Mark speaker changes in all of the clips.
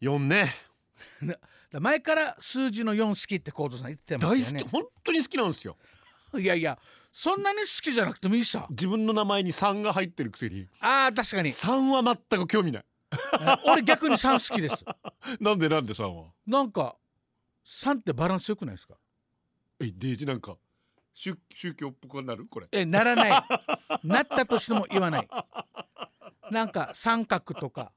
Speaker 1: 4ね
Speaker 2: ら前から数字の4好きってコードさん言ってます
Speaker 1: 大
Speaker 2: よ
Speaker 1: 好
Speaker 2: ね
Speaker 1: き本当に好きなんですよ
Speaker 2: いやいやそんなに好きじゃなくてもいいさ
Speaker 1: 自分の名前に3が入ってるくせに
Speaker 2: あー確かに
Speaker 1: 3は全く興味ない
Speaker 2: え俺逆に3好きです
Speaker 1: なんでなんで3は
Speaker 2: なんか3ってバランスよくないですか
Speaker 1: えデイジなんか宗宗教っぽくなるこれ
Speaker 2: えならないなったとしても言わないなんか三角とか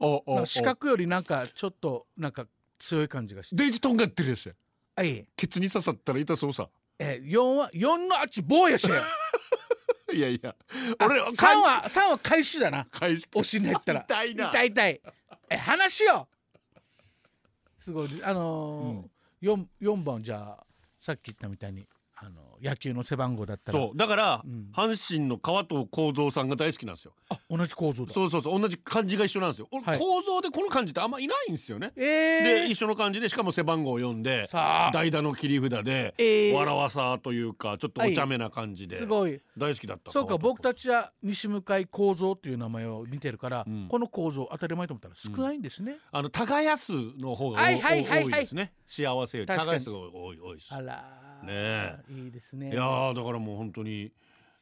Speaker 1: お
Speaker 2: なんか四角よりなんかちょっとなんか強い感じがして
Speaker 1: デイジとんがってるやつや
Speaker 2: あいい
Speaker 1: ケツに刺さったら痛そうさ
Speaker 2: え4は4のあっち棒やしよ
Speaker 1: いやいや
Speaker 2: あ
Speaker 1: 俺は
Speaker 2: 三は三は回収だな
Speaker 1: 返し
Speaker 2: お尻に入ったら
Speaker 1: 痛いな
Speaker 2: 痛い痛いえ話しようすごいあのー四四番じゃあさっき言ったみたいにあの野球の背番号だったら
Speaker 1: そうだから、
Speaker 2: うん
Speaker 1: 阪神の川藤幸三さんが大好きなんですよ
Speaker 2: あ同じ構造だ
Speaker 1: そうそうそう同じ漢字が一緒なんですよ俺、
Speaker 2: はい
Speaker 1: 構造でこの漢字ってあんまいないんですよね、
Speaker 2: え
Speaker 1: で
Speaker 2: ー、
Speaker 1: 一緒の漢字でしかも背番号を読んで
Speaker 2: さあ
Speaker 1: 代打の切り札で、
Speaker 2: えー
Speaker 1: わらわさというかちょっとお茶目な感じで、
Speaker 2: すごい
Speaker 1: 大好きだった
Speaker 2: そうか
Speaker 1: 川
Speaker 2: 僕
Speaker 1: 藤幸
Speaker 2: たちは西向井構造という名前を見てるから、
Speaker 1: うん
Speaker 2: この構造当たり前と思ったら少ないんですね、
Speaker 1: 三あの耕すの方が多,、
Speaker 2: はいいはいはいはい
Speaker 1: 多いですね幸せより
Speaker 2: 確かに
Speaker 1: 耕すが多い多いです
Speaker 2: あらー
Speaker 1: ね
Speaker 2: いいですね
Speaker 1: いやーだからもう本当に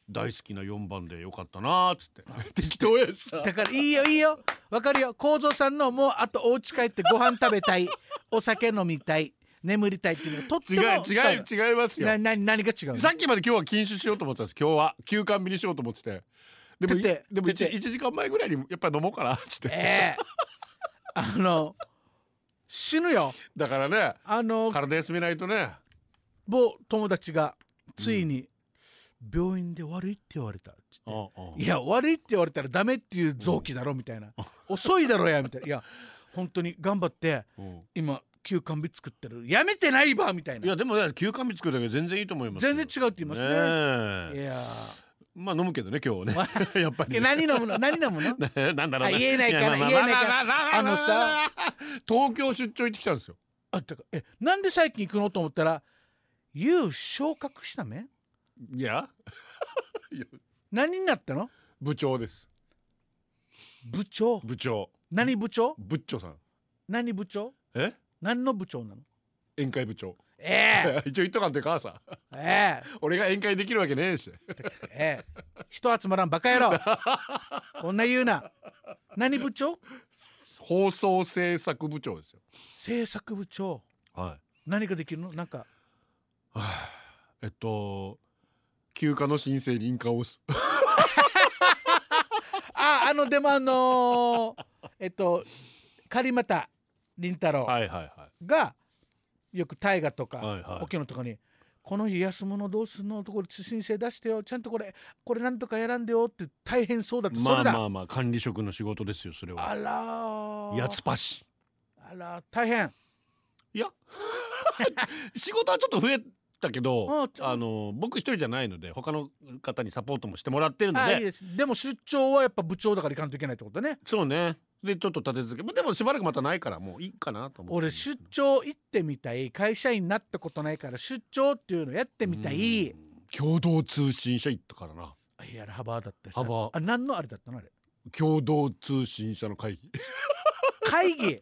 Speaker 1: 大好きな4番でよかったなーっつって 適当やしさ
Speaker 2: だからいいよいいよわかるよ構造さんのもうあとお家帰ってご飯食 べたいお酒飲みたい眠りたいっていうのがとって
Speaker 1: 違う
Speaker 2: も
Speaker 1: 違う
Speaker 2: 伝
Speaker 1: 違いますよ
Speaker 2: わるなな何が違うの
Speaker 1: さっきまで今日は禁酒しようと思ってたんです今日は休館日にしようと思っててでも
Speaker 2: 出て
Speaker 1: でも 1,
Speaker 2: 出て
Speaker 1: 時間前ぐらいにやっぱり飲もうかなっつって
Speaker 2: ええあの死ぬよ
Speaker 1: だからね
Speaker 2: あの
Speaker 1: 体休めないとね
Speaker 2: 某友達がついに病院で悪いって言われたって言っていや悪いって言われたらダメっていう臓器だろみたいな、遅いだろやみたいないや本当に頑張って
Speaker 1: うん
Speaker 2: 今休館日作ってるやめてないばみたい
Speaker 1: い
Speaker 2: な
Speaker 1: やでもね休館日作るだけで全然いいと思いますよ
Speaker 2: 全然違うって言いますね
Speaker 1: ね
Speaker 2: い
Speaker 1: え
Speaker 2: や
Speaker 1: まあ飲むけどね今日はね やっぱ
Speaker 2: ーい
Speaker 1: り
Speaker 2: や
Speaker 1: ね
Speaker 2: 何飲む の何飲むの
Speaker 1: ね なんだろうね
Speaker 2: あ言えないか
Speaker 1: や
Speaker 2: ら
Speaker 1: まあ
Speaker 2: 言えないから
Speaker 1: まあまあまあまあまあ
Speaker 2: あ
Speaker 1: 東京出張行ってきたんですよ
Speaker 2: あだからえなんで最近行くのと思ったら「You 昇格しため
Speaker 1: いや
Speaker 2: 何になったの
Speaker 1: 部長です
Speaker 2: 部長
Speaker 1: 部長
Speaker 2: 何部長
Speaker 1: 部長さん
Speaker 2: 何部長
Speaker 1: え
Speaker 2: 何の部長なの
Speaker 1: 宴会部長
Speaker 2: え
Speaker 1: 一応言っとかんというかさ
Speaker 2: ええ
Speaker 1: 俺が宴会できるわけねえし
Speaker 2: えええ人集まらんバカ 野郎こんな言うな何部長
Speaker 1: 放送制作部長ですよ。
Speaker 2: 制作部長
Speaker 1: はい。
Speaker 2: 何ができるのなんか
Speaker 1: えっと休暇の申請に印鑑を押す。
Speaker 2: ああのでもあのーえっと狩俣凛太郎
Speaker 1: いはいは
Speaker 2: がよく大河とか、
Speaker 1: はいはい
Speaker 2: 沖野とかに「この日休むのどうすんの?」とこれ申請出してよちゃんとこれこれなんとかやらんでよって大変そうだってそ
Speaker 1: ま
Speaker 2: れ
Speaker 1: あ
Speaker 2: だ、
Speaker 1: まあまあ管理職の仕事ですよそれ
Speaker 2: あ
Speaker 1: は。
Speaker 2: らー
Speaker 1: やつぱし。
Speaker 2: あらー大変
Speaker 1: いや仕事はちょっと増えたけ
Speaker 2: あ
Speaker 1: ど
Speaker 2: ちょ
Speaker 1: あの僕一人じゃないので他の方にサポートもしてもらってるの
Speaker 2: あーいい
Speaker 1: で
Speaker 2: ですでも出張はやっぱ部長だから行かんといけないってことね
Speaker 1: そうねでちょっと立て続けまあでもしばらくまたないからもういいかなと思って
Speaker 2: 俺出張行ってみたい会社員になったことないから出張っていうのやってみたい、
Speaker 1: うん共同通信社行ったからな
Speaker 2: あいやハバーだってさ
Speaker 1: ハバー
Speaker 2: あ何のあれだったのあれ
Speaker 1: 共同通信社の会議
Speaker 2: 会議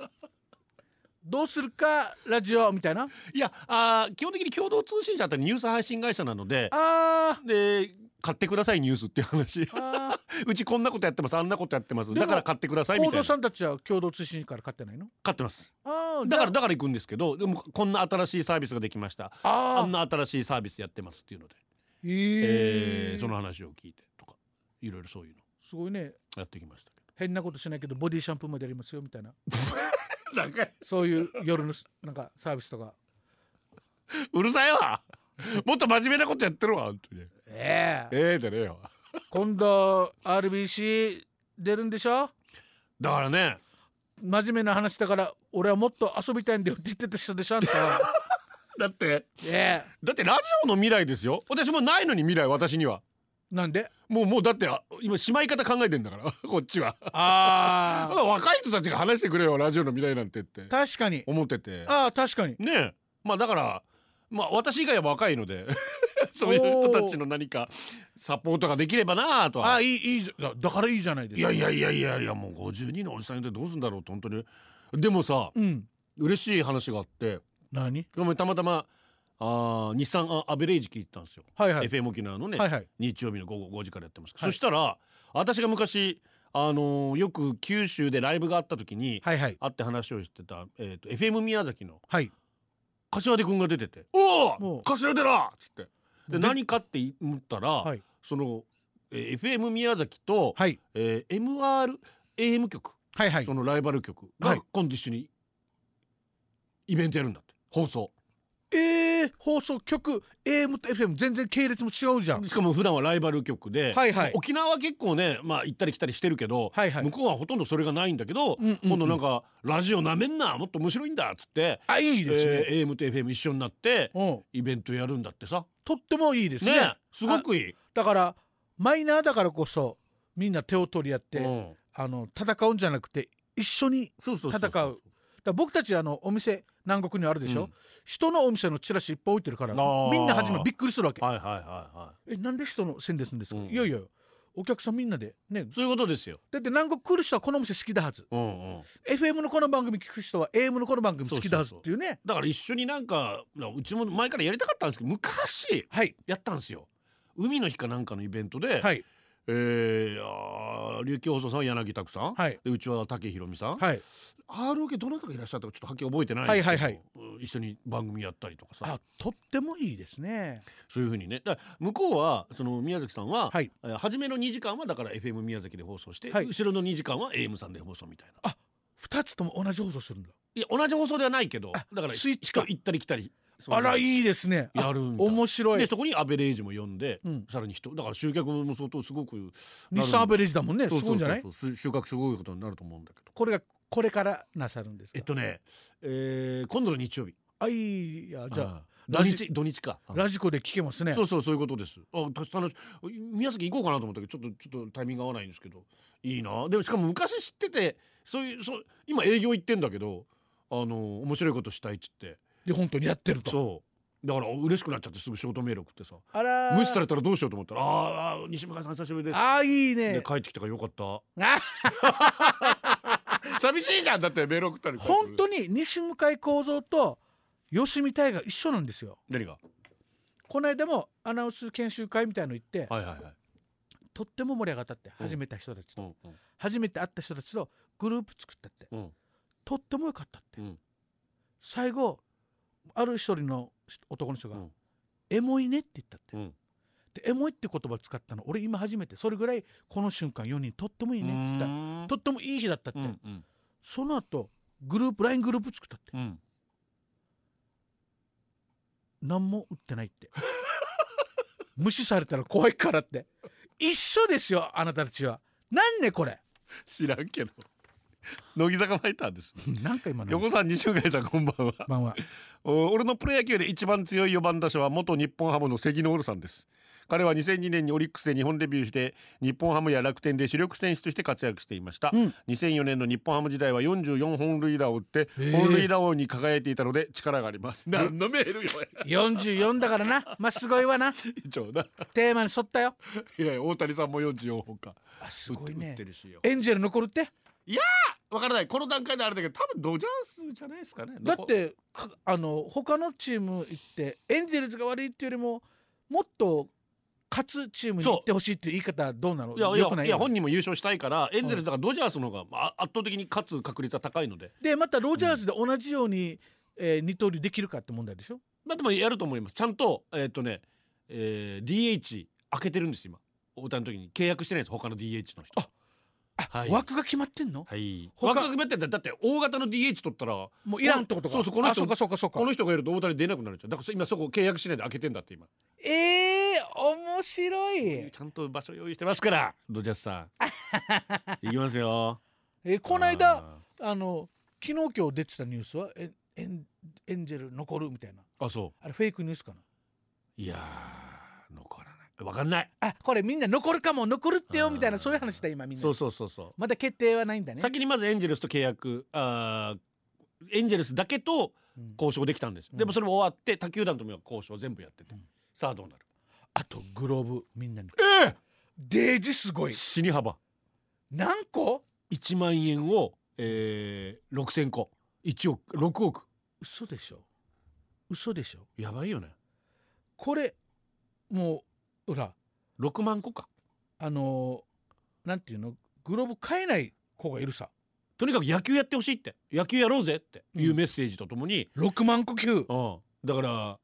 Speaker 2: どうするかラジオみたいない
Speaker 1: やあー基本的に共同通信社ってニュース配信会社なので
Speaker 2: あー
Speaker 1: で買ってくださいニュースっていう話
Speaker 2: あ
Speaker 1: うちこんなことやってますあんなことやってます
Speaker 2: でも
Speaker 1: だから買ってくださいみ
Speaker 2: 幸
Speaker 1: たい
Speaker 2: 三
Speaker 1: な
Speaker 2: さんたちは共同通信から買ってないの
Speaker 1: 買ってます
Speaker 2: あー
Speaker 1: だから
Speaker 2: じゃ
Speaker 1: だから行くんですけどでもこんな新しいサービスができました
Speaker 2: あ
Speaker 1: あ
Speaker 2: あ
Speaker 1: んな新しいサービスやってますっていうので、
Speaker 2: え
Speaker 1: え
Speaker 2: ー
Speaker 1: ーその話を聞いてとかいろいろそういうの
Speaker 2: すごいね
Speaker 1: やってきましたけ
Speaker 2: 変なことしないけどボディシャンプーまでやりますよみたいな
Speaker 1: ど なんか
Speaker 2: そういう夜のなんかサービスとか
Speaker 1: うるさいわもっと真面目なことやってるわ本当に
Speaker 2: ええ
Speaker 1: ええー、じゃねえよ
Speaker 2: 今度 RBC 出るんでしょ
Speaker 1: だからね
Speaker 2: 真面目な話だから俺はもっと遊びたいんだよって言ってた人でしょあんた は
Speaker 1: だって
Speaker 2: ええ
Speaker 1: だってラジオの未来ですよ私もうないのに未来私には
Speaker 2: なんで
Speaker 1: もうもうだってあ今しまい方考えてんだから こっちは
Speaker 2: あ
Speaker 1: ただ若い人たちが話してくれよラジオの未来なんてって
Speaker 2: 確かに
Speaker 1: 思ってて
Speaker 2: ああ確かに
Speaker 1: ねえまあだからまあ私以外は若いので そういう人たちの何かサポートができればなとは
Speaker 2: あいいいいじゃだだからいいじゃないです
Speaker 1: い
Speaker 2: か
Speaker 1: やいやいやいやいやもう52のおじさんでどうすんだろうって本当にでもさ
Speaker 2: うん
Speaker 1: 嬉しい話があって
Speaker 2: 何
Speaker 1: ごめんたまたまあー日産あアベレージ聞いてたんですよ、
Speaker 2: はいはい
Speaker 1: FM 沖縄のね、
Speaker 2: はいはい
Speaker 1: 日曜日の午後5時からやってますけど、
Speaker 2: はい
Speaker 1: そしたら私が昔、あのーよく九州でライブがあった時に
Speaker 2: はいはい
Speaker 1: 会って話をしてた、えー、と FM 宮崎の
Speaker 2: はい
Speaker 1: 柏出君が出てて「お
Speaker 2: も
Speaker 1: お
Speaker 2: う
Speaker 1: 柏出だ!」っつってで
Speaker 2: で
Speaker 1: 何かって思ったら、
Speaker 2: はい
Speaker 1: その、えー FM 宮崎と、
Speaker 2: はい
Speaker 1: えー MR AM 局、
Speaker 2: はいはい
Speaker 1: そのライバル局が
Speaker 2: はい
Speaker 1: 今度一緒にイベントやるんだって放送
Speaker 2: えー、放送局 AM と FM 全然系列も違うじゃん
Speaker 1: しかも普段はライバル局で、
Speaker 2: はいはい
Speaker 1: 沖縄は結構ね、まあ、行ったり来たりしてるけど、
Speaker 2: はいはい
Speaker 1: 向こうはほとんどそれがないんだけど、
Speaker 2: うんうんうん
Speaker 1: 今度なんか「ラジオなめんなもっと面白いんだ」っつって、
Speaker 2: あいいですね、
Speaker 1: えー AM と FM 一緒になって
Speaker 2: うん
Speaker 1: イベントやるんだってさ
Speaker 2: とってもいいです
Speaker 1: ね
Speaker 2: ね
Speaker 1: すごくいい。
Speaker 2: だからマイナーだからこそみんな手を取り合って、
Speaker 1: うん
Speaker 2: あの戦うんじゃなくて一緒に
Speaker 1: そうそうそう
Speaker 2: 戦うだから僕たちあのお店南国にあるでしょ、
Speaker 1: うん
Speaker 2: 人のお店のチラシいっぱい置いてるから
Speaker 1: あー
Speaker 2: みんな初めびっくりするわけ
Speaker 1: はいはいはいは
Speaker 2: えなんで人の線ですんですか、
Speaker 1: うん
Speaker 2: いやいやお客さんみんなでね
Speaker 1: いそういうことですよ。
Speaker 2: だって南国来る人はこのお店好きだはず
Speaker 1: うんうん、
Speaker 2: FM のこの番組聞く人は AM のこの番組好きだはずっていうね
Speaker 1: だから一緒になんかうちも前からやりたかったんですけど昔
Speaker 2: はい
Speaker 1: やったんですよ海の日かなんかのイベントで、
Speaker 2: はい
Speaker 1: えー、あー琉球放送さんは柳拓さん、
Speaker 2: はい
Speaker 1: でうちは武宏美さん、
Speaker 2: はい
Speaker 1: ROK どなたがいらっしゃったかちょっとはっきり覚えてない
Speaker 2: はいはいはい
Speaker 1: うん一緒に番組やったりとかさ
Speaker 2: あとってもいいですね
Speaker 1: そういうふうにねだから向こうはその宮崎さんは、
Speaker 2: はい
Speaker 1: えー初めの2時間はだから FM 宮崎で放送して、
Speaker 2: はい
Speaker 1: 後ろの2時間は AM さんで放送みたいな
Speaker 2: 2つとも同じ放送するんだ
Speaker 1: いや同じ放送ではないけど
Speaker 2: あ
Speaker 1: だから
Speaker 2: スイッチか
Speaker 1: 人行ったり来たり
Speaker 2: あら
Speaker 1: い
Speaker 2: いいですねあ
Speaker 1: やるんだ
Speaker 2: 面白
Speaker 1: で
Speaker 2: い、
Speaker 1: そこにアベレージも呼んで、
Speaker 2: うん、
Speaker 1: さらに人だから集客も相当すごく
Speaker 2: 日産アベレージだもんねす
Speaker 1: そう
Speaker 2: ご
Speaker 1: そ
Speaker 2: いん
Speaker 1: う
Speaker 2: じゃない
Speaker 1: そうそう収穫すごいことになると思うんだけど
Speaker 2: これがこれからなさるんですか
Speaker 1: えっとね、えー今度の日曜日
Speaker 2: あいいいやじゃあ
Speaker 1: 土
Speaker 2: ラジ
Speaker 1: 日土日か
Speaker 2: ラジコで聞けますね
Speaker 1: そうそうそういうことですあた楽し宮崎行こうかなと思ったけどちょっとちょっとタイミング合わないんですけどいいなでもしかも昔知っててそういうそう今営業行ってんだけどあの面白いことしたいっつって
Speaker 2: で本当にやってると
Speaker 1: そうだから嬉しくなっちゃってすぐショートメール送ってさ
Speaker 2: あらー
Speaker 1: 無視されたらどうしようと思ったら「あーあー西村さん久しぶりです」
Speaker 2: あーいい
Speaker 1: で
Speaker 2: ね
Speaker 1: 帰ってきたからよかった
Speaker 2: あ
Speaker 1: 寂しいじゃんだってメール送ったり
Speaker 2: 本当に西向井幸三と吉見大が一緒なんですよ
Speaker 1: 何が
Speaker 2: この間もアナウンス研修会みたいの行って
Speaker 1: はいはいはい、
Speaker 2: とっても盛り上がったって
Speaker 1: うん
Speaker 2: 初めて人たち
Speaker 1: う
Speaker 2: と
Speaker 1: んうん
Speaker 2: 初めて会った人たちとグループ作ったって
Speaker 1: うん
Speaker 2: とっても良かったって
Speaker 1: うん
Speaker 2: 最後ある一人の男の人が
Speaker 1: うん
Speaker 2: 「エモいね」って言ったって
Speaker 1: うん
Speaker 2: でエモいって言葉使ったの俺今初めてそれぐらいこの瞬間4人とってもいいねって言ったとってもいい日だったって、
Speaker 1: うんうん
Speaker 2: その後グループ LINE グループ作ったって
Speaker 1: うん
Speaker 2: 何も売ってないって 無視されたら怖いからって一緒ですよあなたたちはなんね これ
Speaker 1: 知らんけど乃木坂ファイターです
Speaker 2: なんか今の
Speaker 1: 横さん西海さんこんばんは
Speaker 2: 番は
Speaker 1: お俺のプロ野球で一番強い4番打者は元日本ハムの関野オルさんです彼は2002年にオリックスで日本デビューして日本ハムや楽天で主力選手として活躍していました、
Speaker 2: うん
Speaker 1: 2004年の日本ハム時代は44本塁打を打って
Speaker 2: へえ
Speaker 1: 本塁打王に輝いていたので力があります何のメールよ
Speaker 2: 44だからなまあすごいわな
Speaker 1: 一応な
Speaker 2: テーマに沿ったよ
Speaker 1: いや大谷さんも44本か
Speaker 2: あすごい
Speaker 1: 打って打っ
Speaker 2: ね
Speaker 1: てるしよ
Speaker 2: エンジェル残るって
Speaker 1: わからないこの段階であれだけど多分ドジャースじゃないですかね
Speaker 2: だってかあの他のチーム行ってエンジェルスが悪いっていうよりももっと勝つチームに行ってほしいっていう言い方どうなの
Speaker 1: いやい
Speaker 2: よくな
Speaker 1: や
Speaker 2: い
Speaker 1: いや本人も優勝したいからエンゼルスだからドジャースの方がまあ圧倒的に勝つ確率は高いので
Speaker 2: でまたロジャーズで同じように、えー二刀流できるかって問題でしょ
Speaker 1: まあでもやると思いますちゃんとえっ、とね、えー DH 開けてるんです今大谷の時に契約してないです他の DH の人
Speaker 2: あ
Speaker 1: はい
Speaker 2: 枠が決まってんの
Speaker 1: はい
Speaker 2: 他
Speaker 1: 若くなってんだだって大型の DH 取ったら
Speaker 2: もういらんってことか
Speaker 1: そうそうこの人
Speaker 2: あそうかそうかそうか
Speaker 1: この人がいると大谷出なくなるじゃんだから今そこ契約しないで開けてんだって今
Speaker 2: えー、面白いえ
Speaker 1: ちゃんと場所用意してますからドジャース さんいきますよ
Speaker 2: ーこの間あ
Speaker 1: あ
Speaker 2: の昨日今日出てたニュースはエンエンエンジェル残るみたいな
Speaker 1: ーあそ
Speaker 2: あれフェイクニュースかな
Speaker 1: ういやー残らないわかんない
Speaker 2: あこれみんな残るかも残るって
Speaker 1: あ
Speaker 2: よ
Speaker 1: ー
Speaker 2: みたいなそういう話だ今みん
Speaker 1: そ
Speaker 2: な
Speaker 1: うそうそうそう
Speaker 2: まだ決定はないんだね、
Speaker 1: 先にまずエンジェルスと契約あーエンジェルスだけと
Speaker 2: うん
Speaker 1: 交渉できたんですよ、
Speaker 2: うん
Speaker 1: でもそれも終わって他球団とも交渉全部やってて、
Speaker 2: うん
Speaker 1: さあどうなる
Speaker 2: あとグローブみんなに
Speaker 1: え
Speaker 2: デージすご
Speaker 1: え
Speaker 2: い
Speaker 1: 死に幅
Speaker 2: 何個
Speaker 1: 1万円を、えー、6,000個1億6億
Speaker 2: 嘘でしょ嘘でしょ
Speaker 1: やばいよね
Speaker 2: これもうほら
Speaker 1: 6万個か
Speaker 2: あのーなんていうのグローブ買えない子がいるさ
Speaker 1: とにかく野球やってほしいって野球やろうぜっていううんメッセージとともに、
Speaker 2: 6万個級、
Speaker 1: うんだから、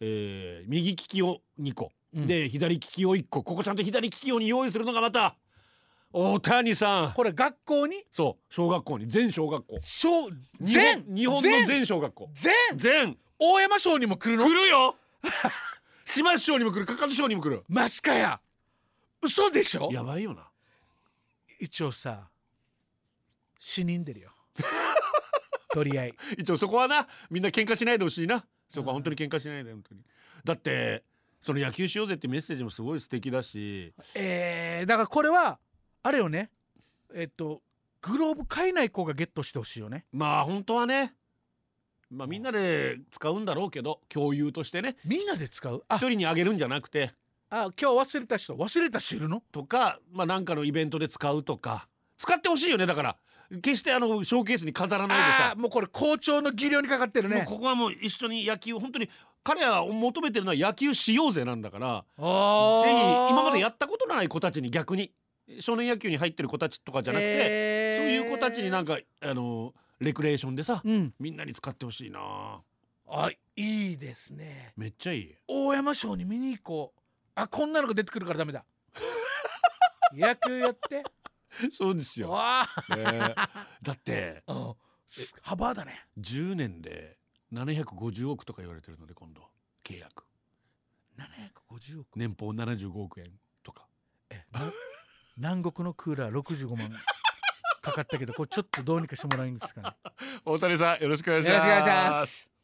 Speaker 1: えー右利きを2個、
Speaker 2: うん
Speaker 1: で左利きを1個ここちゃんと左利き用に用意するのがまた大谷さん
Speaker 2: これ学校に
Speaker 1: そう小学校に全小学校
Speaker 2: 小
Speaker 1: 日本
Speaker 2: 全
Speaker 1: 日本の
Speaker 2: 全
Speaker 1: 全小学校
Speaker 2: 全
Speaker 1: 全
Speaker 2: 大山賞にも来るの
Speaker 1: 来るよ島師匠にも来るかかと師匠にも来る
Speaker 2: マスカや嘘でしょ
Speaker 1: やばいよな
Speaker 2: 一応さ死人でる よ取り合い
Speaker 1: 一応そこはなみんな喧嘩しないでほしいなそこは本当に喧嘩しないで本当にだってその野球しようぜってメッセージもすごい素敵だし
Speaker 2: えー、だからこれはあれよねえっとグローブ買えない子がゲットしてほしいよね
Speaker 1: まあ本当はねまあみんなで使うんだろうけど共有としてね
Speaker 2: みんなで使う
Speaker 1: 一
Speaker 2: あ
Speaker 1: 人にあげるんじゃなくて
Speaker 2: あ今日忘れた人忘れた人いるの
Speaker 1: とかまあなんかのイベントで使うとか使ってほしいよねだから決してあのショーケースに飾らないで
Speaker 2: あ
Speaker 1: さ
Speaker 2: ーもうこれ校長の技量にかかってる
Speaker 1: もう
Speaker 2: ね
Speaker 1: ここはもう一緒に野球本当に彼らを求めてるのは野球しようぜなんだから
Speaker 2: あ
Speaker 1: ぜひ
Speaker 2: ー
Speaker 1: 今までやったことのない子たちに逆に少年野球に入ってる子たちとかじゃなくて、
Speaker 2: えー
Speaker 1: そういう子たちになんかあのレクレーションでさ
Speaker 2: うん
Speaker 1: みんなに使ってほしいな
Speaker 2: あいいですね
Speaker 1: めっちゃいい
Speaker 2: 大山賞に見に行こうあこんなのが出てくるからダ メだ野球やって
Speaker 1: そうですよ、
Speaker 2: わ
Speaker 1: ねえだって
Speaker 2: あ、うん、す幅だね
Speaker 1: 10年で750億とか言われてるので今度契約
Speaker 2: 750億
Speaker 1: 年俸75億円とか
Speaker 2: えな 南国のクーラー65万かかったけどこれちょっとどうにかしてもらえんですかね
Speaker 1: 大谷さんよろしくお願
Speaker 2: よろしくお願いします